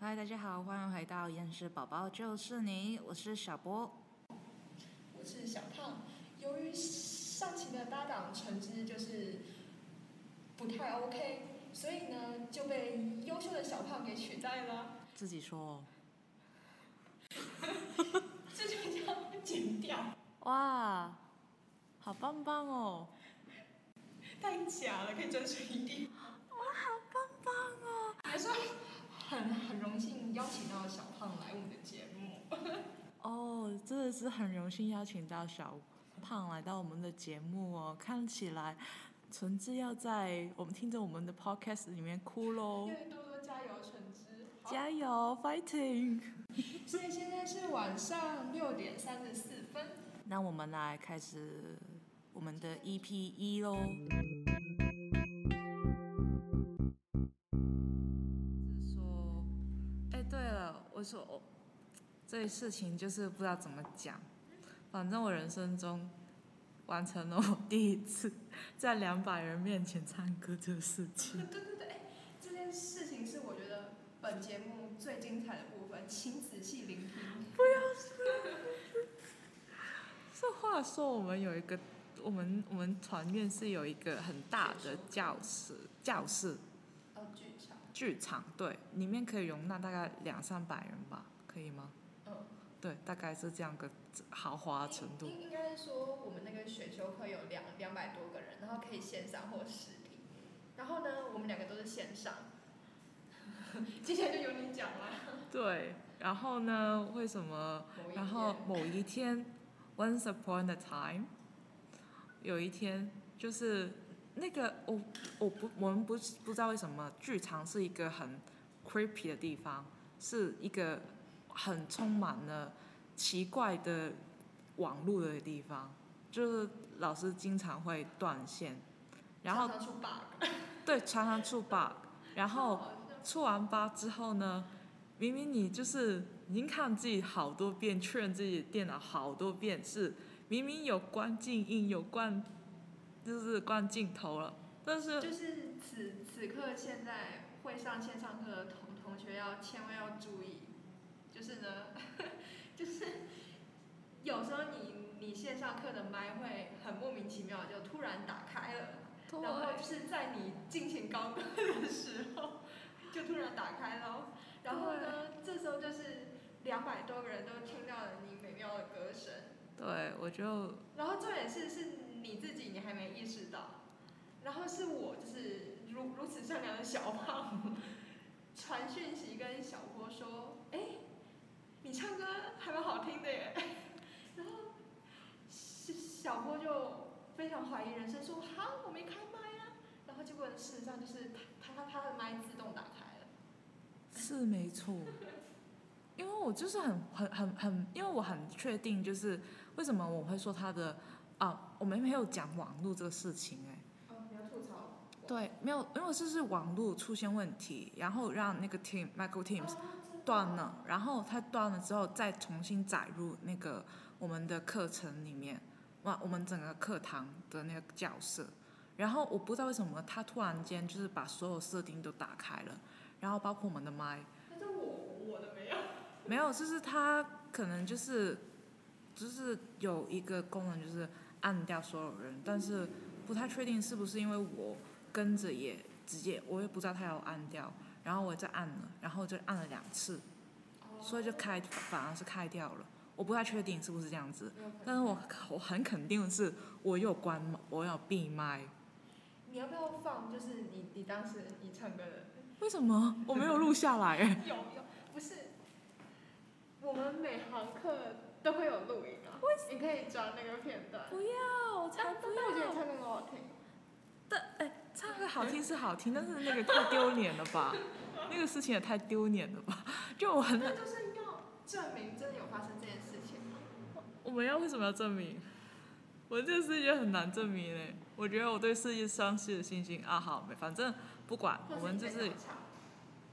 嗨，大家好，欢迎回到《厌世宝宝就是你》，我是小波。我是小胖。由于上期的搭档橙汁就是不太 OK，所以呢就被优秀的小胖给取代了，自己说哦。这就叫剪掉，哇，好棒棒哦！太假了，可以争取一地。哇，好棒棒哦！还说很很荣幸邀请到小胖来我们的节目，哦，真的是很荣幸邀请到小胖来到我们的节目哦。看起来，纯志要在我们听着我们的 podcast 里面哭喽因！为多多加油，橙汁。好加油，fighting！所以现在是晚上六点三十四分。那我们来开始我们的 EP 一喽。是说，哎，对了，我说我这事情就是不知道怎么讲，反正我人生中完成了我第一次在两百人面前唱歌这个事情 对。对对，哎这件事情是我觉得本节目最精彩的部分，请仔细聆听。这话说，我们有一个，我们我们团院是有一个很大的教室，教室。呃，剧场，剧场，对，里面可以容纳大概两三百人吧，可以吗？嗯，对，大概是这样个豪华程度。应应该是说我们那个选修课有两两百多个人，然后可以线上或实体。然后呢，我们两个都是线上。 接下来就由你讲了。对，然后呢，为什么？某一然后天某一天，Once upon a time，有一天就是那个我我不我们不不知道为什么剧场是一个很 creepy 的地方，是一个很充满了奇怪的网络的地方，就是老师经常会断线，然后常常出 bug，哦啊对常常出 bug，然后好像出完八之后呢，明明你就是已经看自己好多遍，确认自己的电脑好多遍，是明明有关静音，有关就是关镜头了，但是就是此此刻现在会上线上课的同同学要千万要注意，就是呢， 就是有时候你你线上课的麦会很莫名其妙地就突然打开了，然后就是在你尽情高歌的时候就突然打开了，然后呢，这时候就是两百多个人都听到了你美妙的歌声，对我就然后重点是是你自己，你还没意识到。然后是我，就是如如此善良的小胖，传讯息跟小波说：“哎，你唱歌还蛮好听的耶。” 然后小小波就非常怀疑人生，说：“哈，我没开麦啊。”然后结果事实上就是他他他的麦自动打开了。是没错，因为我就是很很很很，因为我很确定，就是为什么我会说他的啊，我们没有讲网络这个事情哎、哦，你要吐槽？对，没有，因为这是网络出现问题，然后让那个 team Michael Teams 啊断了，然后它断了之后再重新载入那个我们的课程里面，哇，我们整个课堂的那个教室。然后我不知道为什么它突然间就是把所有设定都打开了，然后包括我们的麦，但是我我的没有。没有，就是它可能就是就是有一个功能，就是按掉所有人，但是不太确定是不是因为我跟着也直接，我也不知道它要按掉，然后我再按了，然后就按了两次，所以哦就开反而是开掉了，我不太确定是不是这样子，但是我我很肯定是我有关，我有闭麦，你要不要放？就是你你当时你唱歌的为什么我没有录下来？哎有有，不是，我们每堂课都会有录影啊，你可以抓那个片段。不要，才不但我觉得要你。唱歌很好听。但哎、唱歌好听是好听，但是那个太丢脸了吧？ 那个事情也太丢脸了吧？就我很，那就是要证明真的有发生这件事情吗？我们要为什么要证明？我这个世界很难证明嘞。我觉得我对世界丧失了信心啊。好，没反正不管，我们就或是是你在哪唱。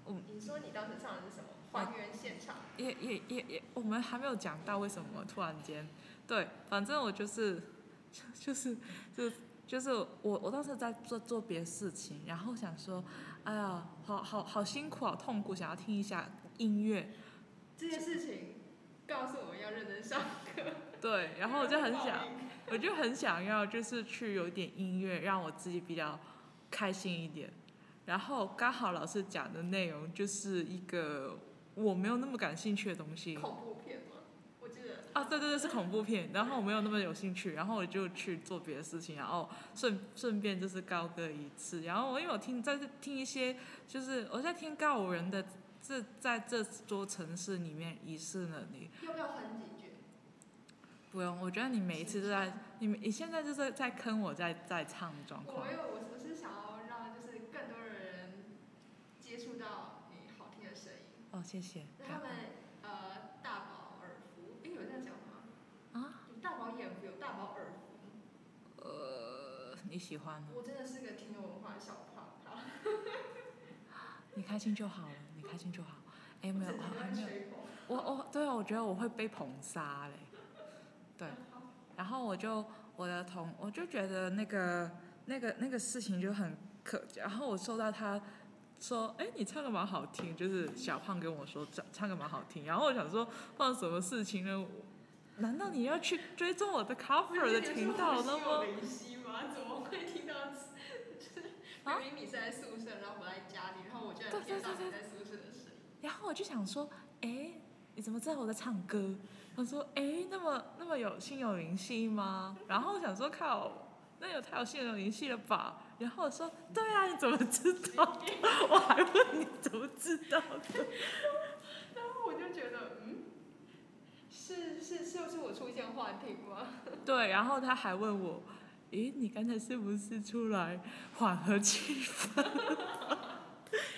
我们你说你当时唱的是什么？还原现场。也也也也，我们还没有 讲到为什么突然间，对，反正我就是就是就是就是我我当时在做做别的事情，然后想说，哎呀，好好好辛苦，好痛苦，想要听一下音乐，这件事情告诉我们要认真上课。对，然后我就很想报，名，我就很想要，就是去有一点音乐，让我自己比较开心一点。然后刚好老师讲的内容就是一个我没有那么感兴趣的东西 恐怖片吗？我记得啊，对对对，是恐怖片。然后我没有那么有兴趣，然后我就去做别的事情，然后顺顺便就是高歌一次。然后我因为我听在这听一些，就是我在听告五人的这在这座城市里面遗失了你。要不要哼几句？不用，我觉得你每一次都在，你你现在就是在坑我在在唱的状我况没。有，我我是想要让就是更多的人接触到你好听的声音，哦，谢谢。让感他们恩呃大饱耳福。哎，有这样讲吗？啊，嗯有大饱眼福，有大饱耳福。呃，你喜欢吗？我真的是个挺有文化的小胖胖，你开心就好了，你开心就好。哎，没有，我我还整没天有在，吹捧。我我对啊，我觉得我会被捧杀嘞。对，然后我就我的同，我就觉得那个那个那个事情就很可，然后我收到他说，哎，你唱歌蛮好听，就是小胖跟我说唱唱歌蛮好听，然后我想说，放什么事情呢？难道你要去追踪我的 cover 的频道了 吗？维西吗？怎么会 听到？就是明明你是在宿舍，然后我在家里，然后我居然啊对听对到对你在宿舍的声音。然后我就想说，哎，你怎么知道我在唱歌？他说，哎，那么那么有心有灵犀吗？ 然后我想说，靠，那有太有心有灵犀了吧？然后我说，对啊，你怎么知道的？ 我还问你怎么知道的？然后我就觉得，嗯，是是是不是我出现幻听吗？对，然后他还问我，诶，你刚才是不是出来缓和气氛？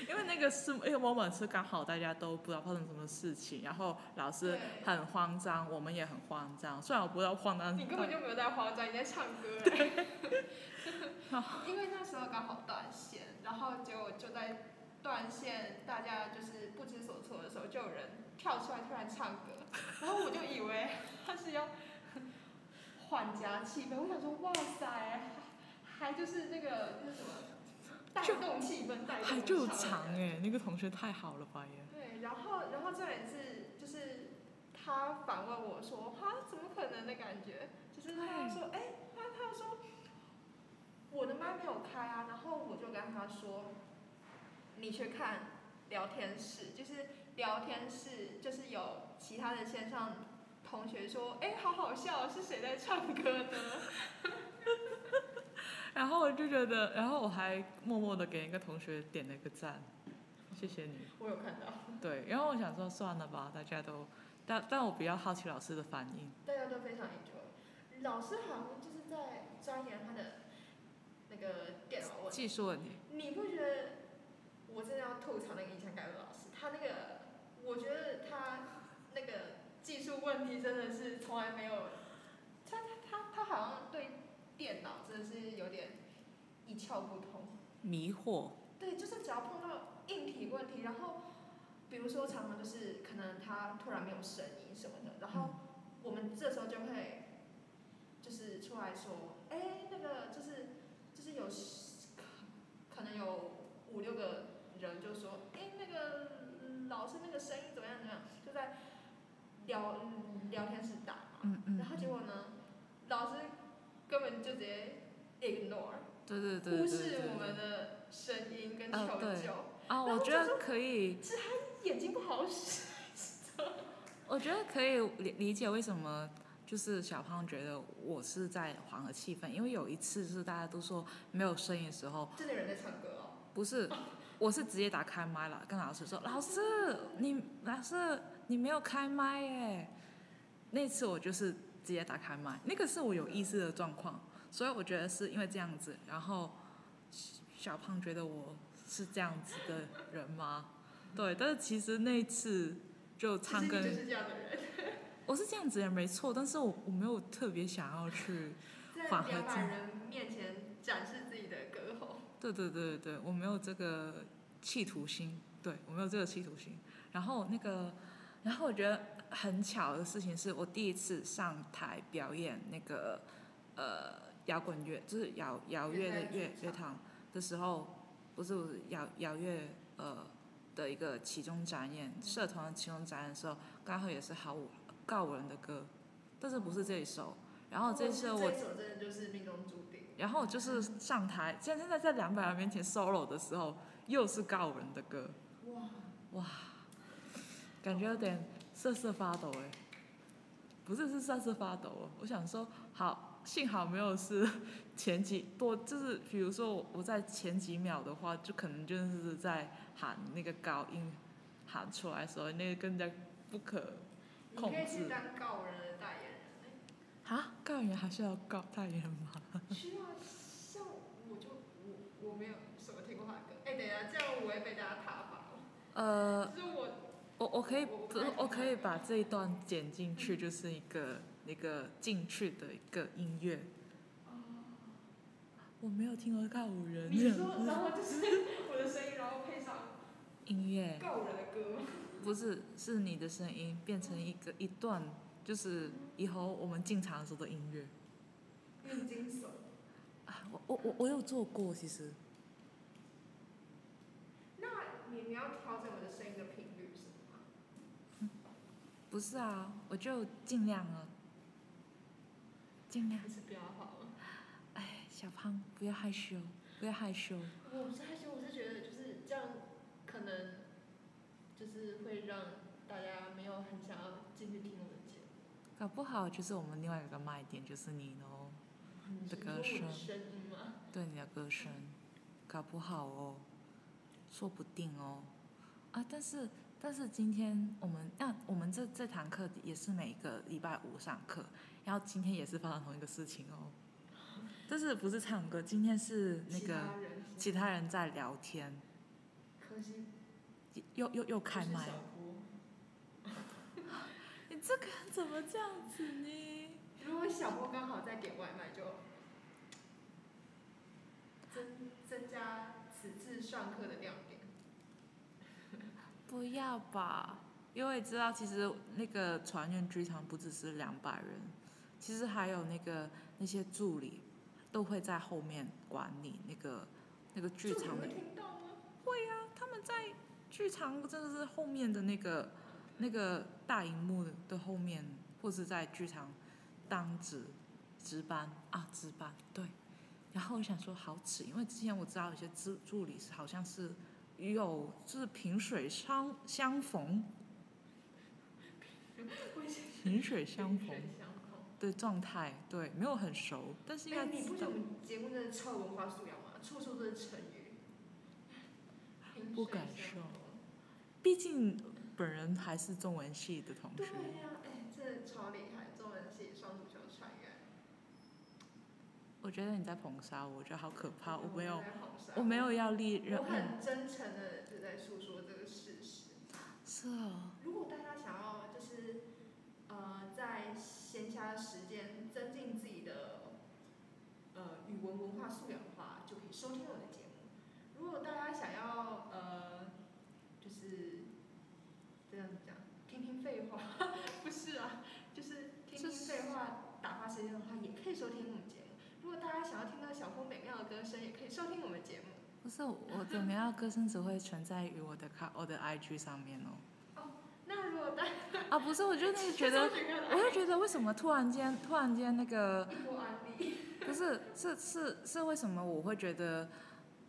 因为那个是，因为 moment 是刚好大家都不知道发生什么事情，然后老师对很慌张，我们也很慌张。虽然我不知道慌张，你根本就没有在慌张，你在唱歌、欸 因为那时候刚好断线，然后结果就在断线，大家就是不知所措的时候，就有人跳出来突然唱歌，然后我就以为他是要缓夹气氛，我想说哇塞，还就是那个那什么带动气氛，带动还就气氛长哎、那个同学太好了吧也。对，然后然后这也是就是他反问我说，哈，怎么可能的感觉？就是他说，哎，他他说我的麦没有开啊，然后我就跟他说，你去看聊天室，就是聊天室就是有其他的线上同学说，哎，好好笑，是谁在唱歌呢？ 然后我就觉得，然后我还默默的给一个同学点了一个赞，谢谢你。我有看到。对，然后我想说算了吧，大家都，但但我比较好奇老师的反应。大家都非常 enjoy。老师好像就是在钻研他的那个电脑问题。技术问题，你不觉得我真的要吐槽那个影像改革老师？他那个，我觉得他那个技术问题真的是从来没有，他他他他好像对电脑真的是有点一窍不通。迷惑，对，就是只要碰到硬体问题，然后比如说常常就是可能他突然没有声音什么的，然后我们这时候就会就是出来说，哎、那个就是就是有十可可能有五六个人就说，哎、那个嗯老师那个声音怎么样怎么样，就在聊嗯聊天室打嘛，嗯嗯，然后结果呢，老师根本就直接 ignore。对对对对忽对视对我们的声音跟求啊对救，啊，我觉得可以，眼睛不好使。我觉得可以理理解为什么。就是小胖觉得我是在缓和气氛，因为有一次是大家都说没有声音的时候，真的有人在唱歌哦，不是，我是直接打开麦了，跟老师说：“老师，你老师你没有开麦耶。”那次我就是直接打开麦，那个是我有意识的状况，所以我觉得是因为这样子，然后小胖觉得我是这样子的人吗？对，但是其实那一次就其实唱你跟就是这样的人，我是这样子的人没错，但是我我没有特别想要去。在缓和两百自人面前展示自己的歌喉。对对对对对，我没有这个企图心，对我没有这个企图心。然后那个，然后我觉得很巧的事情是我第一次上台表演那个呃摇滚乐，就是摇摇乐的乐乐堂的时候，不是不是摇摇乐呃的一个其中展演，社团的其中展演的时候，刚好也是好舞告五人的歌，但是不是这一首。然后这次我这一首真的就是命中注定。然后就是上台，现现在在两百人面前 solo 的时候，又是告人的歌，哇，感觉有点瑟瑟发抖哎，不是是瑟瑟发抖哦，我想说好，幸好没有是前几多，就是比如说我我在前几秒的话，就可能就是在喊那个高音喊出来的时候，那个更加不可你控可以去制当告人的代言人啊，告人还是要告代言人吗？ 欸，需要像我就我我没有什么听过他的歌，哎、等一下这样我会被大家挞伐哦，呃，就是我我我可以我不我看一，我下可以把这一段剪进去，就是一个那个进去的一个音乐。我没有听过告五人啊你说，然后就是我的声音，然后配上音乐，告人的歌，不是是你的声音变成一个一段，就是以后我们进场的时候的音乐。命惊悚。啊，我我我我有做过，其实那你你要调整我的声音的频率是吗？不是啊，我就尽量啊，尽量。还是不要好了？哎，小胖不要害羞，不要害羞。我不是害羞，我是觉得就是这样，可能就是会让大家没有很想要进去听我的节目。搞不好就是我们另外一个卖点就是你哦。你这说个我的是声音吗？对你的歌声，搞不好哦，说不定哦，啊，但是但是今天我们那、我们这这堂课也是每个礼拜五上课，然后今天也是发生同一个事情哦，但是不是唱歌，今天是那其个他人是其他人在聊天，可惜又又又开不是麦小了，郭。你这个人怎么这样子呢？如果小波刚好在点外卖，就增增加此次上课的亮点。不要吧，因为知道其实那个船员剧场不只是两百人，其实还有那个那些助理都会在后面管理那个那个剧就你场的会。听到吗？ 他们在剧场真的是后面的那个那个大荧幕的后面，或是在剧场当值值班啊，值班对。然后我想说好耻，因为之前我知道有些助助理是好像是有就是萍水相相逢，我以前萍水嗯相逢萍水相逢。的状态，对，没有很熟，但是应哎，该你不知觉得道我。们节目真的超有文化素养吗？处处都是成语。萍不水哦敢相说逢毕竟本人还是中文系的同对学，呀、哎，真的超厉害，中文系双主修船员。我觉得你在捧杀我，我觉得好可怕，我没有在，捧杀我没，有要立任嗯我任很真诚的就在诉说这个事实。是哦，如果大家想要就是呃在闲暇的时间增进自己的呃语文文化素养的话，就可以收听我的节目。如果大家想要呃就是这样子讲，听听废话， 不是啊，就是听听废话打发时间的话，也可以收听我们节目。如果大家想要听到小峰美妙的歌声，也可以收听我们节目。不是我的美妙歌声只会存在于我的卡我的 IG 上面哦。那如果大家啊，不是，我就那个觉 得，我就觉得为什么突然间突然间那个一波安利，不是是是是为什么我会觉得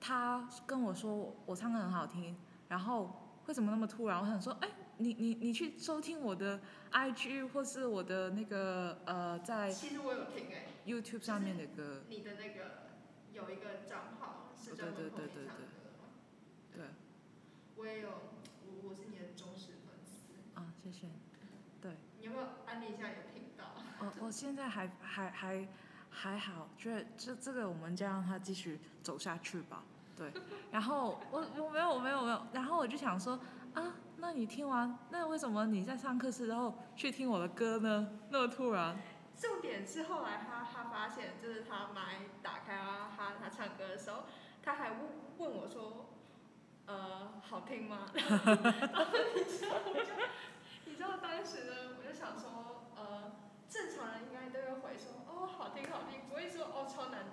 他跟我说我我唱歌很好听，然后为什么那么突然？我想说，哎，你你你去收听我的 IG 或是我的那个呃在其实我有听哎、 YouTube 上面的歌，你的那个有一个账号是专门捧你唱歌的吗？对我也有，我我是你的忠实粉丝。啊，谢谢。你有没有安利一下你的频道？我哦我现在还还还还好，觉得这这个我们就让它继续走下去吧。对，然后我我没有我没有我没有，然后我就想说啊，那你听完，那为什么你在上课时候去听我的歌呢？那么突然，重点是后来他他发现，就是他麦打开啊，他他唱歌的时候，他还问问我说，呃，好听吗？ 然后你知道我就，你知道当时呢，我就想说，呃，正常人应该都会回说，哦，好听好听，不会说哦超难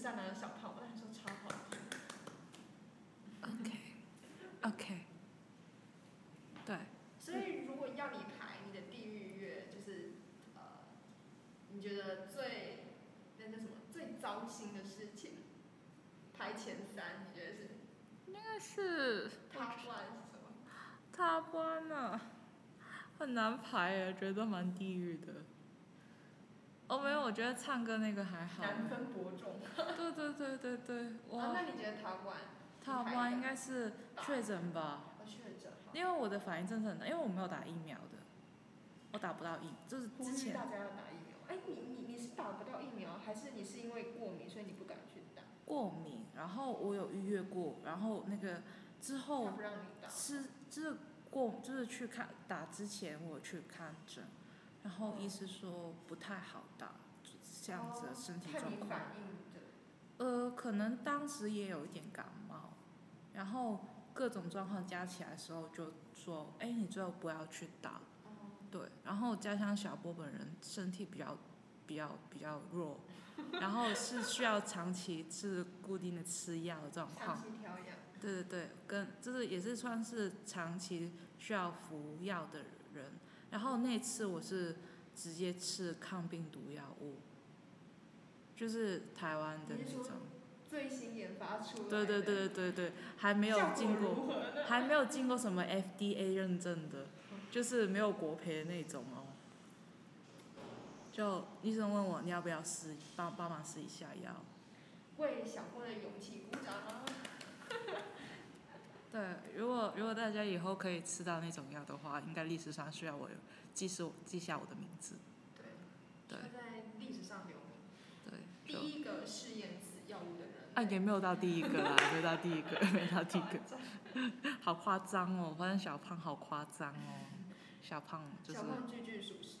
上拿的小泡泡，他说超好听。 OK OK，对，所以如果要你排你的地狱乐，就是呃，你觉得最那叫什么最糟心的事情，排前三，你觉得是应该是 top one 是什么？他关了，很难排耶，觉得蛮地狱的。哦，没有，我觉得唱歌那个还好。难分伯仲。对对对对对，啊，哇，那你觉得 top one？哦他关应该是确诊吧？我确诊哈。因为我的反应真的很难，因为我没有打疫苗的，我打不到疫，就是呼之吁前大家要打疫苗。哎，你你你是打不到疫苗，还是你是因为过敏，所以你不敢去打？过敏，然后我有预约过，然后那个之后他不让你打。是就是过就是去看打之前我去看诊，然后医师说不太好打，就是这样子的身体看状你况。反应的。呃，可能当时也有一点感冒，然后各种状况加起来的时候，就说，哎，你最后不要去打。哦。对，然后加上小波本人身体比较比较比较弱，然后是需要长期是固定的吃药的状长况。期调养。对对对，跟就是也是算是长期需要服药的人。然后那次我是直接吃抗病毒药物，就是台湾的你是那说种。最新研发出来的。对对对对对对，还没有效果进过，如何呢？还没有进过什么 FDA 认证的，就是没有国赔的那种哦。就医生问我你要不要试，帮帮忙试一下药。为小郭的勇气鼓掌啊吗？对，如果如果大家以后可以吃到那种药的话，应该历史上需要我有记是记下我的名字。对，对他在历史上留名，对，第就一个试验此药物的人。啊也没有到第一个 啦，没有到第一个，没到第一个， 好夸张哦！我发现小胖好夸张哦，小胖就是小胖句句属实。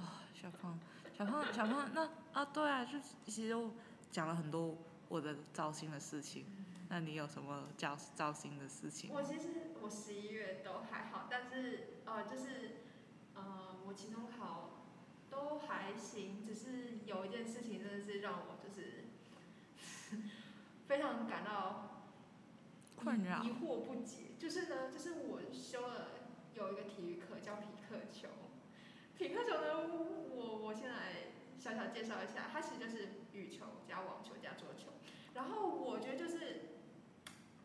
啊，小胖，小胖，小胖，那啊，对啊，就是其实我讲了很多我的糟心的事情。那你有什么糟糟心的事情？我其实我十一月都还好，但是呃，就是呃，我期中考都还行，只是有一件事情真的是让我就是 非常感到困扰嗯疑惑不解。就是呢，就是我修了有一个体育课叫匹克球，匹克球呢，我我先来小小介绍一下，它其实就是羽球加网球加桌球。然后我觉得就是，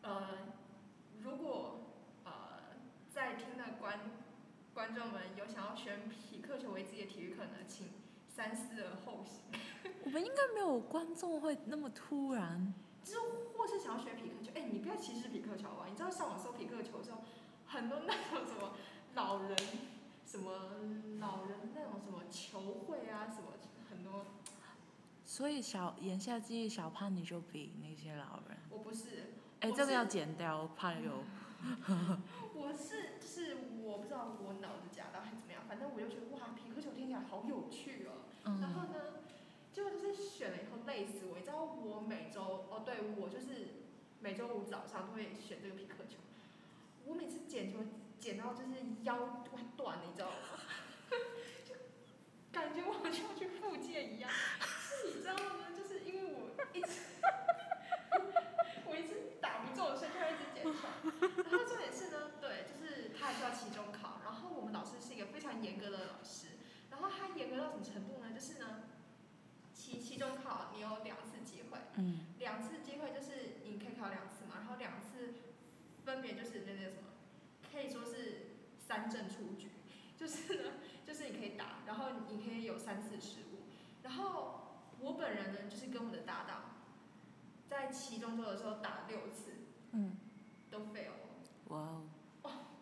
呃，如果呃在听的观观众们有想要选匹克球为自己的体育课呢，请三思而后行。我们应该没有观众会那么突然。或是想要学匹克球，哎、你不要歧视匹克球啊！你知道上网搜匹克球的时候，很多那种什么老人，什么老人那种什么球会啊，什么很多。所以小言下之意，小胖你就比那些老人。我不是，哎，我这个是要剪掉，我怕有。我是就是我不知道我脑子夹到还是怎么样，反正我就觉得哇，匹克球听起来好有趣哦。然后嗯，呢，结果就是选了以后累死我。你知道我每周哦，对我就是每周五早上都会选这个皮克球。我每次捡球捡到就是腰快断了，你知道吗？ 就感觉我好像要去复健一样。是你知道吗？就是因为我一直 我一直打不中，所以就会一直捡球。然后重点是呢，对，就是他还是要期中考，然后我们老师是一个非常严格的老师。然后他严格到什么程度呢？就是呢，期期中考你有两次机会，嗯，两次机会就是你可以考两次嘛，然后两次分别就是那个什么，可以说是三阵出局，就是呢， 就是你可以打，然后你可以有三次失误。然后我本人呢，就是跟我的搭档在期中周的时候打六次，嗯，都 fail 了。哇哦，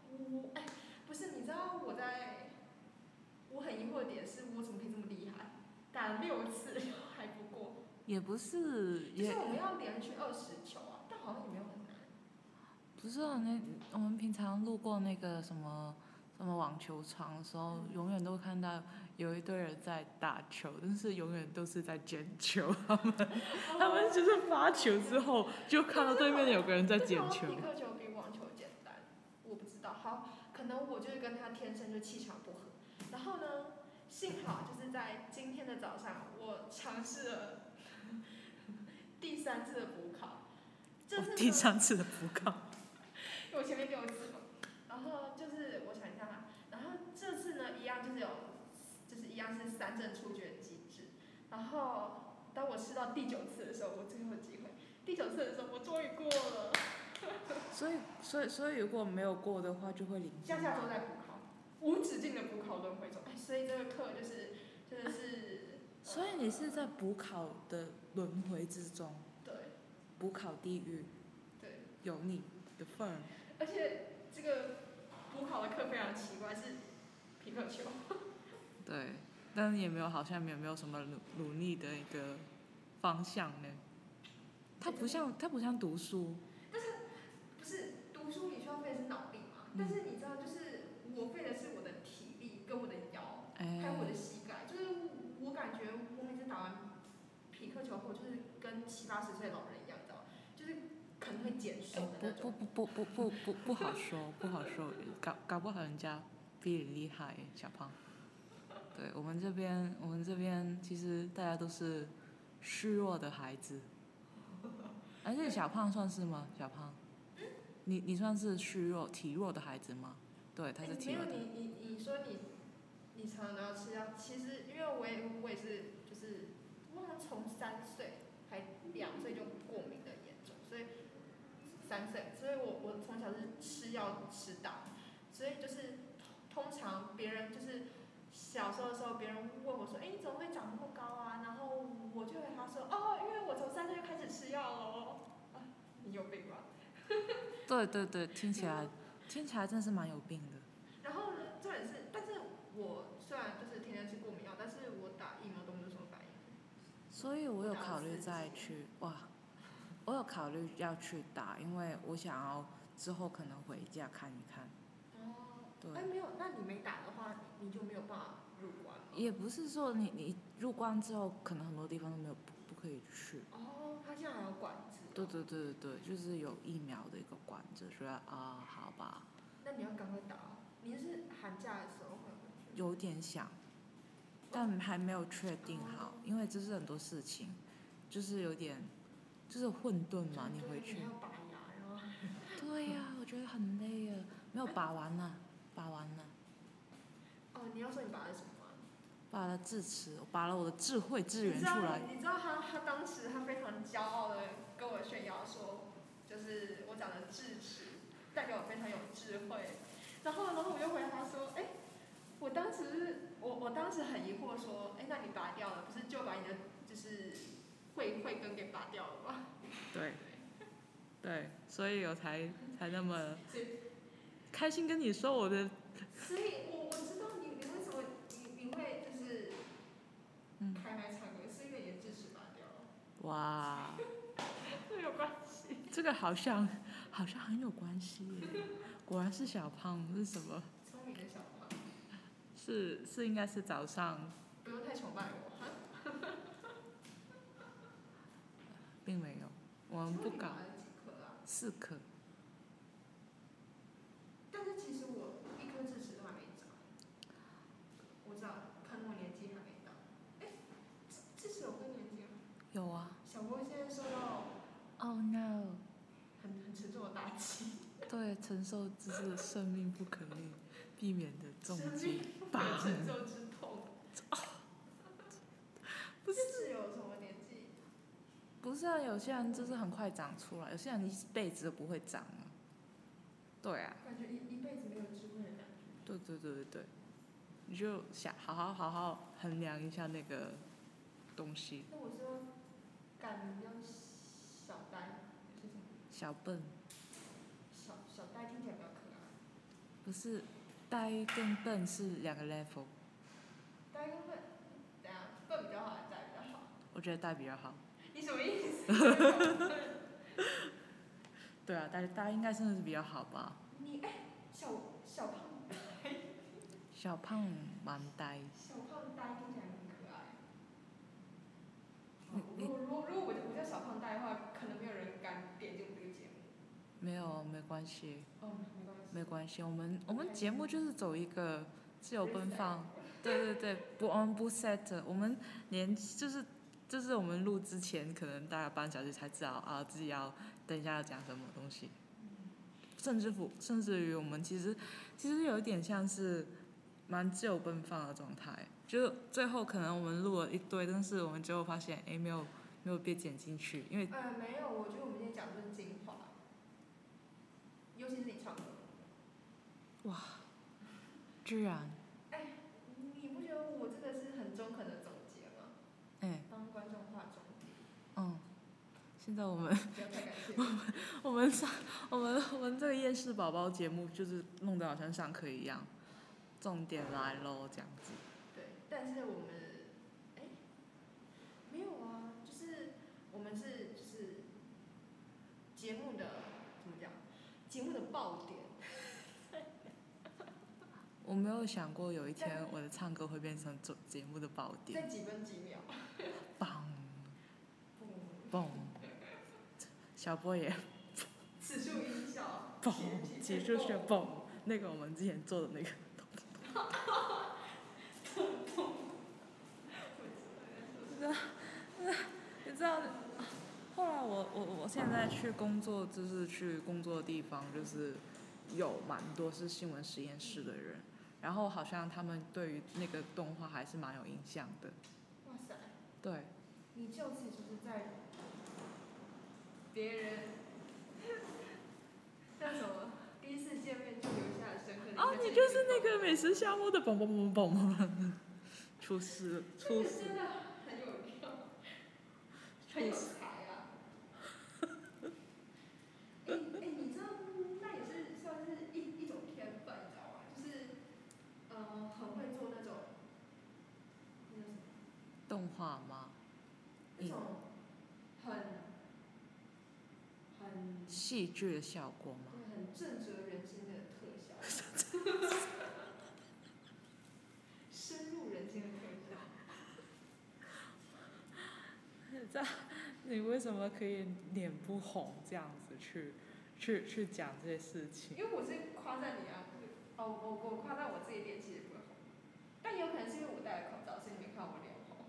我哎，不是，你知道我在，我很疑惑的点是，我怎么可以这么厉害？打了六次还不过，也不是，就是也我们要连续二十球啊，但好像也没有很难。不是啊，那我们平常路过那个什么什么网球场的时候，永远都会看到有一堆人在打球，但是永远都是在捡球。 他哦们就是发球之后，就看到对面有个人在捡球但是好像。匹啊克球比网球简单，我不知道。好，可能我就是跟他天生就气场不合。然后呢，幸好就是在今天的早上，我尝试了 第三次的补考，这我次哦第呢三次的补考，我前面六次嘛，然后就是我想一下哈，然后这次呢一样就是有，就是一样是三证出卷机制，然后当我吃到第九次的时候，我最后机会，第九次的时候我终于过了，所以所以所以如果没有过的话就会零下分。下周再补考，无止境的补考轮回中，哎，所以这个课就是真的是，所以你是在补考的轮回之中，对补考地狱对，有你的份儿。而且这个补考的课非常奇怪，是皮克球。对，但是也没有好像也没有什么努努力的一个方向呢。它不像它不像读书，不是读书，你需要费的是脑力嘛？但是你知道，就是我费的是我的体力跟我的腰，还有哎我，的膝盖。就是我感觉我每次打完匹克球后，就是跟七八十岁的老人一样，你知道吗？就是可能会减哎瘦的不不那种。不不不不不不好说，不好说，搞搞不好人家比你厉害，小胖。对我们这边，我们这边其实大家都是虚弱的孩子，而且小胖算是吗？小胖，你你算是虚弱体弱的孩子吗？对，他哎是体没有弱的。你你你说你你常常都要吃药，其实因为我也我也是就是，我好像从三岁还两岁就过敏的严重，所以三岁，所以我我从小是吃药吃到，所以就是通常别人就是小时候的时候，别人问我说，哎、你怎么会长那么高啊？然后我就跟他说，哦，因为我从三岁就开始吃药喽。啊你有病吧？对对对，听起来听起来真是蛮有病的。然后呢，重点是，但是我虽然就是天天吃过敏药，但是我打疫苗都没有什么反应。所以我有考虑再去哇，我有考虑要去打，因为我想要之后可能回家看一看。哦，哎，对，没有，那你没打的话，你就没有办法入关吗？也不是说你你入关之后，可能很多地方都没有不不可以去。哦，他现在还有管制。啊对。对对对对，就是有疫苗的一个管制，觉得啊好吧，那你要赶快打哦。你是寒假的时候会回去？有点想，但还没有确定好，因为这是很多事情，就是有点就是混沌嘛，你回对去你。要拔牙，然后对呀、我觉得很累啊，没有拔完呢、拔完呢、哦，你要说你拔的什么吗？拔了智齿，我拔了我的智慧之源你知出道来。你知道他他当时他非常骄傲的跟我炫耀说，就是我长得智齿，代表我非常有智慧。然后然后我就回他说，哎、我当时我我当时很疑惑说，哎、那你拔掉了，不是就把你的就是慧慧根给拔掉了吗？对，对，所以我才才那么所以开心跟你说我的。所以我我知道你你为什么你你会就是嗯开麦唱歌，是因为你的智齿拔掉了，哇，这有关系。这个好像好像很有关系耶，果然是小胖是什么？聪明的小胖，是是应该是早上，不用太崇拜我。并没有，我们不搞请问你拔了几颗啊？四颗。但是其实我一颗智齿都还没长，我知道，可能我年纪还没到。哎，智智齿有分年纪吗？有啊。小波现在受到 Oh no！很很沉重的打击，对，承受这是生命不可逆避免的重生击命。不棒可承受之痛。 不是智齿有什么年纪？不是啊，有些人就是很快长出来，有些人一辈子都不会长啊。对啊，感觉一一辈子没有智慧的感觉。对对对对对，你就想好好好好衡量一下那个东西。那我是要改名叫小呆，是什么？小笨小小呆听起来比较可爱。不是呆跟笨是两个 level，呆跟笨，等下笨比较好还是呆比较好？我觉得呆比较好。你什么意思？对啊，呆呆应该真的是比较好吧？你哎、小小胖呆，小胖蛮呆，小胖呆听起来很可爱。嗯如果如果如果我我叫小胖呆的话，可能没有人敢点进我这个节目。没有没关系，哦，没关系。没关系。我们我们节目就是走一个自由奔放，对对对，不，我们不 set，我们连就是就是我们录之前，可能大概半小时才知道啊自己要等一下要讲什么东西，嗯甚至乎甚至于我们其实其实有一点像是蛮自由奔放的状态，就是最后可能我们录了一堆，但是我们最后发现哎没有没有被剪进去，因为呃，没有，我觉得我们今天讲的是精华，尤其是你唱歌，居然你不觉得我这个是很中肯的总结吗？哎帮观众画重点，嗯，现在我们不要太感谢我。 我们上我们我们这个厌世宝宝节目就是弄得好像上课一样，重点来喽这样子。对，但是我们，哎，没有啊，就是我们是就是节目的怎么讲？节目的爆点。我没有想过有一天我的唱歌会变成做节目的爆在点，几分几秒？嘣嘣，小波也此处音效。 嘣起，结束是嘣，那个我们之前做的那个， 你知道，后来我我我现在去工作，就是去工作的地方，就是有蛮多是新闻实验室的人，然后好像他们对于那个动画还是蛮有印象的，哇塞，对，你就此就是在别人 那什么第一次见面就留下深刻的印象。哦，你就是那个美食项目的嘣嘣嘣嘣，出事这出个事，真的很有 料，很有才啊！哎哎，你知道那也是算是一一种天分，你知道吗？就是呃，很会做那种那种动画吗？那种很很戏剧的效果吗？对很震慑人心的特效， 深入人心的特效。这样，你为什么可以脸不红这样子去去去讲这些事情？因为我是夸赞你啊，就是哦，我我夸赞我自己脸其实不会红，但也有可能是因为我戴了口罩，所以你没看到我脸红。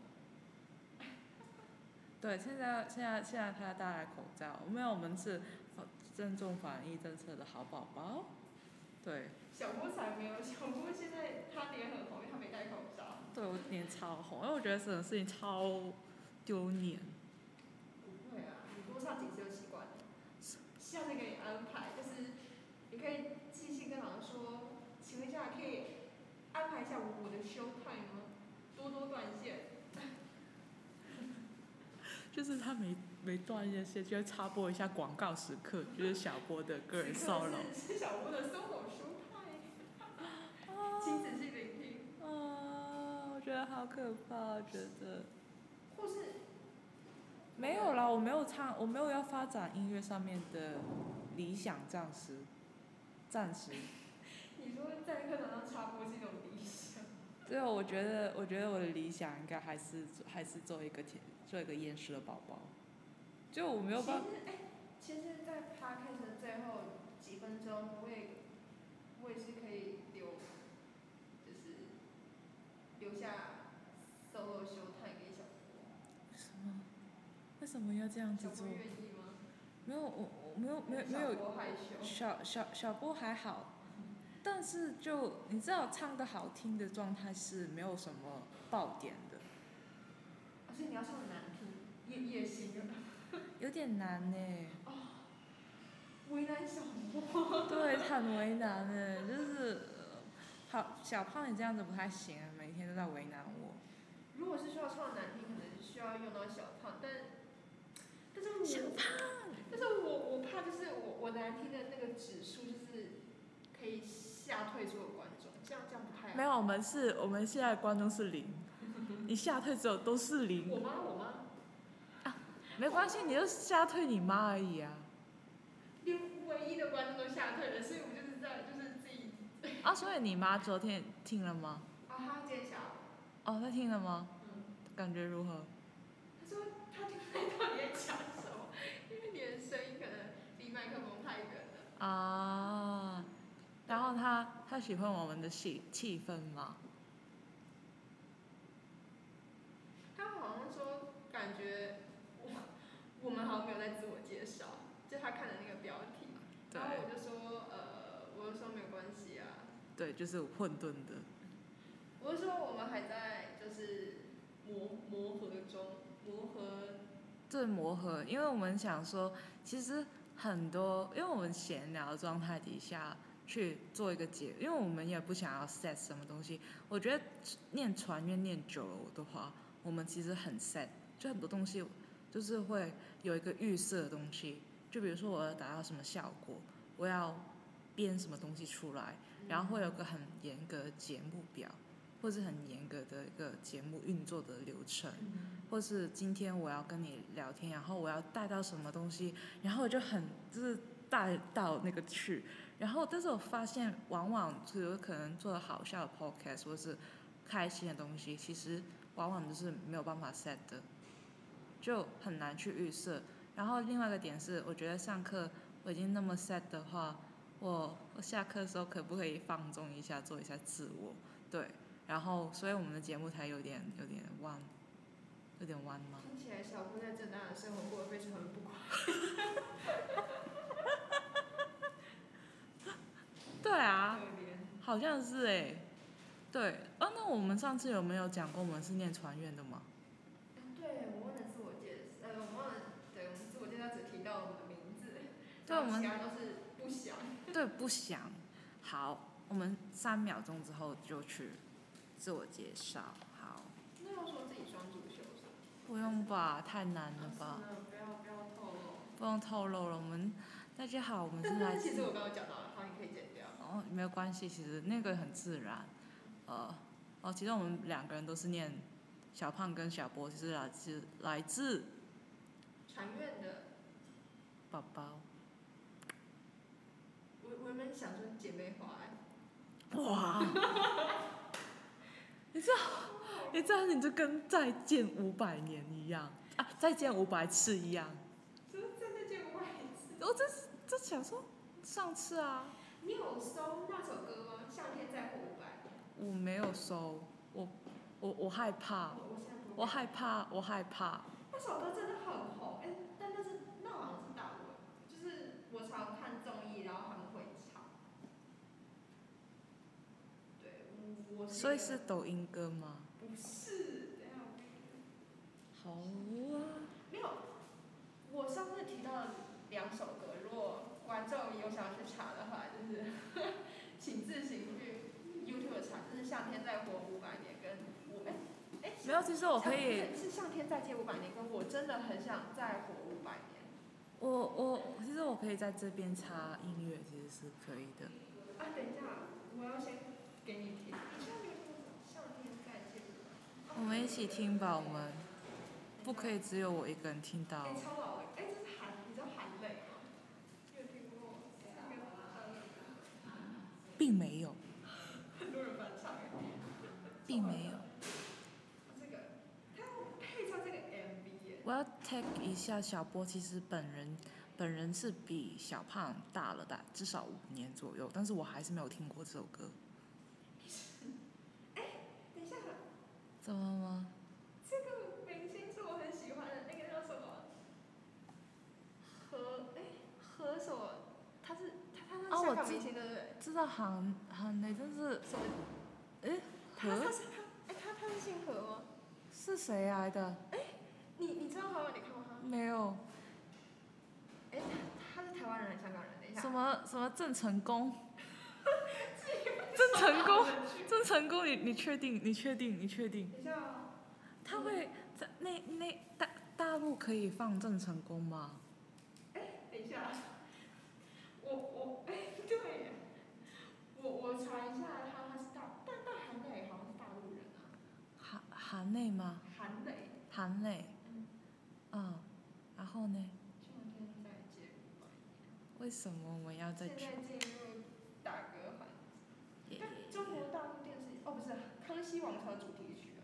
对，现在现在现在他戴了口罩，没有，我们是正重防疫政策的好宝宝。对，小波才没有，小波现在他脸很红，因为他没戴口罩。对我脸超红，因为我觉得这种事情超丢脸。不会啊，你多上几次就习惯了。下次给你安排，就是你可以寄信跟老师说，请问一下可以安排一下我的 show time 吗？多多断线。就是他每每段一些线就会插播一下广告时刻，就是小波的个人此 solo 刻。是是小波的生活 show time，请仔细聆听。啊，我觉得好可怕，我觉得或是没有啦，我没有唱，我没有要发展音乐上面的理想，暂时，暂时。你说在课堂上插播是一种理想，最后，我觉得，我觉得我的理想应该还是还是做一个甜，做一个厌世的宝宝。就我没有办法，其实，哎、其实，在 podcast 的最后几分钟，我也我也是可以留，就是留下 solo 休态给小波。什么？为什么要这样子小做波？愿意吗？没有，我我没有没有没有小波害羞。小小小波还好，但是就你知道唱的好听的状态是没有什么爆点的，而啊且你要唱难听，也也行啊，有点难呢、为难小波。对，很为难呢、就是呃好小胖你这样子不太行，啊，每天都在为难我。如果是需要唱难听，可能需要用到小胖，但但是我小但是我我怕就是我我难听的那个指数就是可以吓退所有观众，这样这样不太没好。有，我们是我们现在观众是零，你吓退之后都是零，我妈我妈没关系，你就吓退你妈而已啊。连唯一的观众都吓退了，所以我就是在就是自己啊，所以你妈昨天听了吗？啊，她今天下午，哦，她听了吗？嗯，感觉如何？她说她听不太到你在讲什么，因为你的声音可能离麦克风太远了。啊，然后他他喜欢我们的气气氛吗？她好像说感觉呃对，就是混沌的。我是说我们还在就是磨磨合中，磨合，这磨合，因为我们想说，其实很多，因为我们闲聊的状态底下去做一个解，因为我们也不想要 set 什么东西。我觉得念传院念久了的话，我们其实很 set，就很多东西就是会有一个预设的东西，就比如说我要达到什么效果，我要编什么东西出来，嗯然后会有个很严格的节目表，或是很严格的一个节目运作的流程。嗯或是今天我要跟你聊天，然后我要带到什么东西，然后我就很就是带到那个去，然后但是我发现往往就有可能做好笑的 podcast 或是开心的东西，其实往往就是没有办法 set 的，就很难去预设。然后另外一个点是，我觉得上课我已经那么 set 的话，我我下课的时候可不可以放纵一下，做一下自我？对，然后所以我们的节目才有点有点弯。有点弯吗？听起来小姑在正大的生活过得非常的不快。对啊，可怜。好像是哎、对，哦，那我们上次有没有讲过我们是念传院的吗？嗯对，我忘了自我介绍，呃，我忘了，对，我们自我介绍只提到我们的名字，对然后我们其他都是不详。对，不想。好，我们三秒钟之后就去自我介绍。好，那要说自己双主修是吗？不用吧，太难了吧，是呢不要不要透露。不用透露了。我们大家好，我们是但来但其自实我刚刚讲到了，好，你可以剪掉。哦，没有关系，其实那个很自然。呃，哦，其实我们两个人都是念小胖跟小波，其实来自来自传院的，宝宝。我我原本想说姐妹花、哎哇！你这，你这样你就跟再见五百年一样啊，再见五百次一样。就是真的见过一次。我这这想说上次啊，你有搜那首歌吗？夏天再活五百年。我没有收，我我我害怕，我我现在不我害怕，我害怕。那首歌真的很红，哎、但那是那好像是大陆，就是我常看综艺，然后他们会唱。对，我我一个所以是抖音歌吗？不是？等一下好啊，没有，我上次提到两首歌，如果观众有想要去查的话，就是 请自行去 YouTube 查，就是夏天再活五百年跟我哎哎、没有，其实我可以，是是向天再借五百年，跟我真的很想再活五百年。我我其实我可以在这边插音乐，其实是可以的。啊，等一下，我要先给你听。你下面向天再借五百年。我们一起听吧，我们不可以。以只有我一个人听到哎、。超老哎、哎、这是韩，你知道韩磊吗？你有听过那个韩磊吗？并没有， 很多人翻唱哎。并没有。这个，他要配上这个 MV 耶。我要 tag 一下小波，其实本人本人是比小胖大了大至少五年左右，但是我还是没有听过这首歌。等一下，怎么了吗？这个明星是我很喜欢的，那个叫什么？何哎何什么？他是他他是哦香我港知明星对不对？知道韩韩磊，但是什么？他何他是他哎他他是姓何吗？是谁来的？你你知道何吗？你看过他？没有哎他他是台湾人还是香港人？等一下，什么什么郑成功， 郑成功，郑成功，你你确定？你确定？你确定？等一下哦，他会在那那大大陆可以放郑成功吗？等一下，我我哎 对耶，我我查一下他他是大，但但韩磊好像是大陆人啊，韩韩磊吗？韩磊。韩磊，嗯嗯，然后呢？这两天在介入吧为什么我们要再现去？在进入打歌环节，耶但中国大陆电视哦不是《康熙王朝》主题曲啊，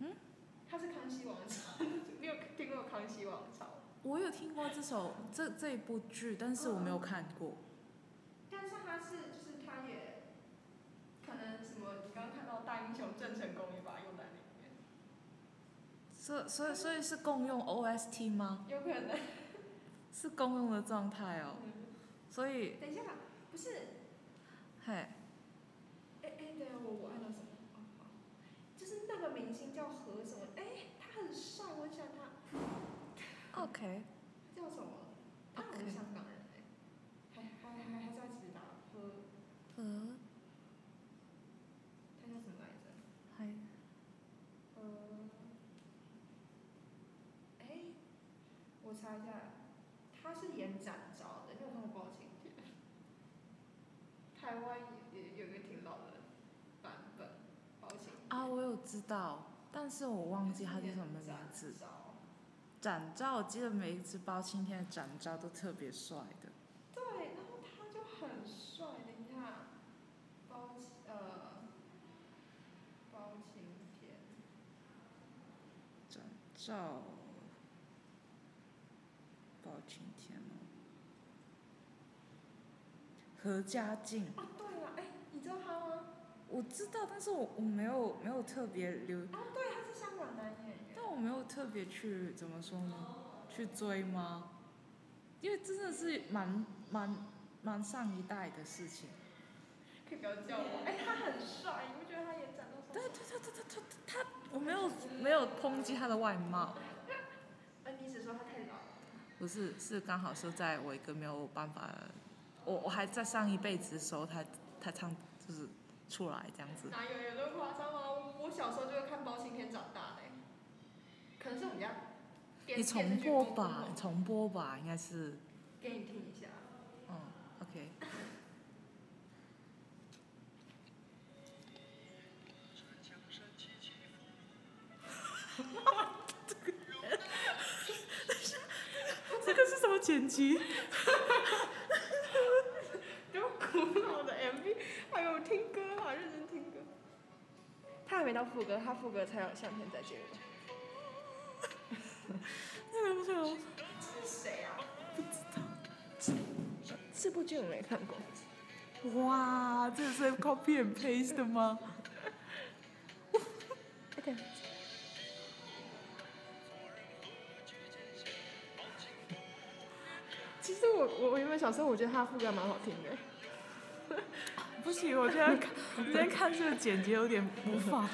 嗯，它是《康熙王朝》，你有听过《康熙王朝》？我有听过这首这这一部剧，但是我没有看过。但是它是就是它也可能什么，你刚刚看到大英雄郑成功也把它用在里面，所所以所以是共用 OST 吗？有可能。是哦共用的状态哦。所以等一下，不是嘿，哦个明星叫何什么？哎，他很帅，我想他。 OK，他叫什么？他好像 OK 香港人哎、还还还还在直达何？嗯，他叫什么来着？还呃，哎，我查一下，他是演展昭的，因为我看过包青天。台湾也也有一个挺老的版本，包青天啊，我有知道，但是我忘记他叫什么名字。展昭展昭，我记得每一只包青天的展昭都特别帅的。对，然后他就很帅，等一下，包青呃，包青天，展昭，包青天哦，何家劲，啊，对了，哎，你知道他吗？我知道，但是我我没有没有特别留，啊，对，他是香港男演员。但我没有特别去怎么说呢？去追吗？因为真的是蛮蛮蛮上一代的事情。可以不要叫我，哎，他很帅，你不觉得他演展都对帅？对对对对对，他我没有没有抨击他的外貌，呃，你只说他太老了。不是是刚好是在我一个没有办法，我我还在上一辈子的时候，他他唱就是出来这样子。哪有有那么夸张吗？我我小时候就是看包青天长大的、可能是我们家电你重播 吧，电视剧公你布重播吧，应该是，给你听一下。嗯，OK。这个是什么剪辑？就古老的 MV，还有听歌啊，认真听歌。他还没到副歌，他副歌才有向天再见我。那个不是有是谁啊？不知道。这部剧我没看过。哇，这是 copy and paste 的吗？哎，等一下其实我我我原本小时候我觉得他的副歌蛮好听的， 不行，我现在看，我现在看这个剪辑有点无法。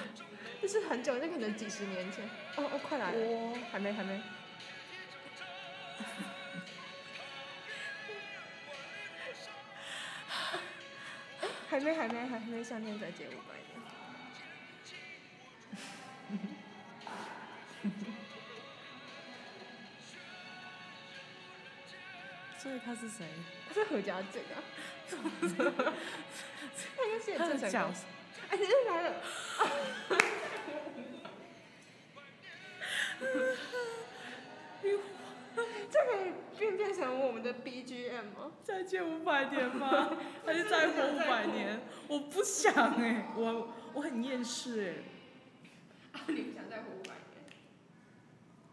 就是很久，那可能几十年前。哦哦，快来了，我还没还没。还没还没还没向天再借五百元。 所以他是谁？他是何家劲啊！他应该是演他郑的成角功。哎，你又来了！这可以变变成我们的 BGM 吗？再借五百年吗？还是再活五百年？我不想哎、我我很厌世哎、啊，你不想再活五百年？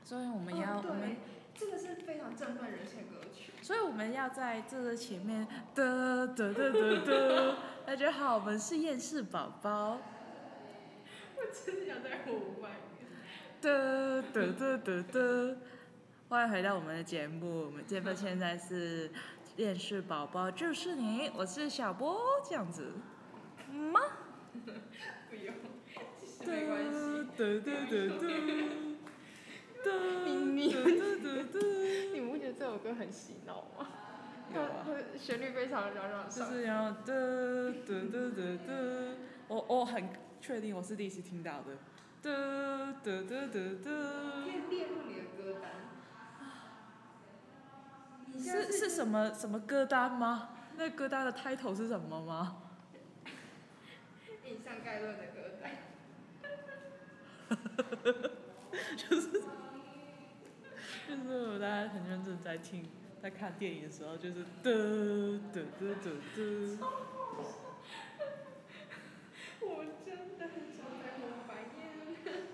所以我们哦要、我们对，这个是非常振奋人心的歌曲。所以我们要在这个前面的的的的的， 大家好，我们是厌世宝宝我真的想再活五百年。的的的的的。欢迎回到我们的节目，我们这份现在是厌世宝宝就是你，我是小波这样子吗？不用， 其实没没关关系。系。对对对对。你你你们不觉得这首歌很洗脑吗？有它啊它旋律非常朗朗就上口。是要哒哒哒哒哒，我我哦很确定我是第一次听到的，哒哒哒哒可哒，以列入你的歌单。你现在是是什么什么歌单吗？那歌单的 title 是什么吗？印象概论的歌单？就是我大家很认真在听，在看电影的时候就是哒哒哒哒哒，哎我真的很想再活五百年。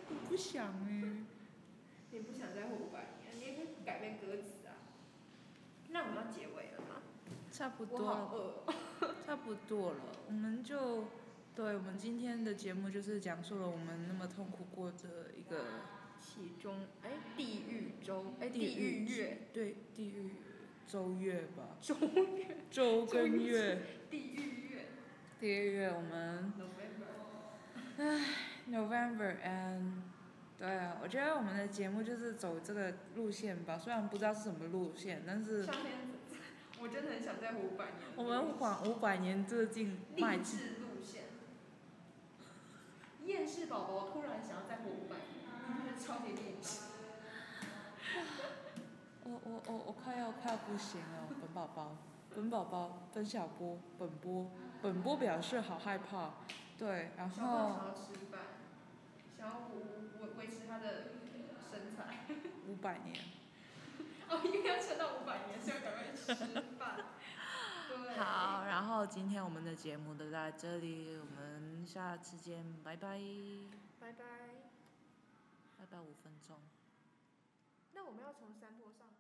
我不想哎、你不想再活五百年，你也可以改变歌词啊。那我们要结尾了吗？差不我多了好饿哦。差不多了，我们就对我们今天的节目就是讲述了我们那么痛苦过的一个其中，哎，地狱周，哎，地地狱狱月，对地狱周月吧，周月，周跟周月，地狱月地狱月我们，November。唉 November and 对啊，我觉得我们的节目就是走这个路线吧，虽然不知道是什么路线，但是上天， 我真的很想在五百年。嗯我们往五百年这进迈励进。志路线。厌世宝宝突然想要再活五百年，真的超级励志。我我我我快要快要不行了，本宝宝，本宝宝，本小波，本波，本波表示好害怕。对，然小胖后想要吃饭，想要维维维持他的身材。五百年。哦，因为要撑到五百年，所以赶快吃饭。 对。好，然后今天我们的节目就到这里，我们下次见，拜拜，拜拜。拜拜五分钟。那我们要从山坡上。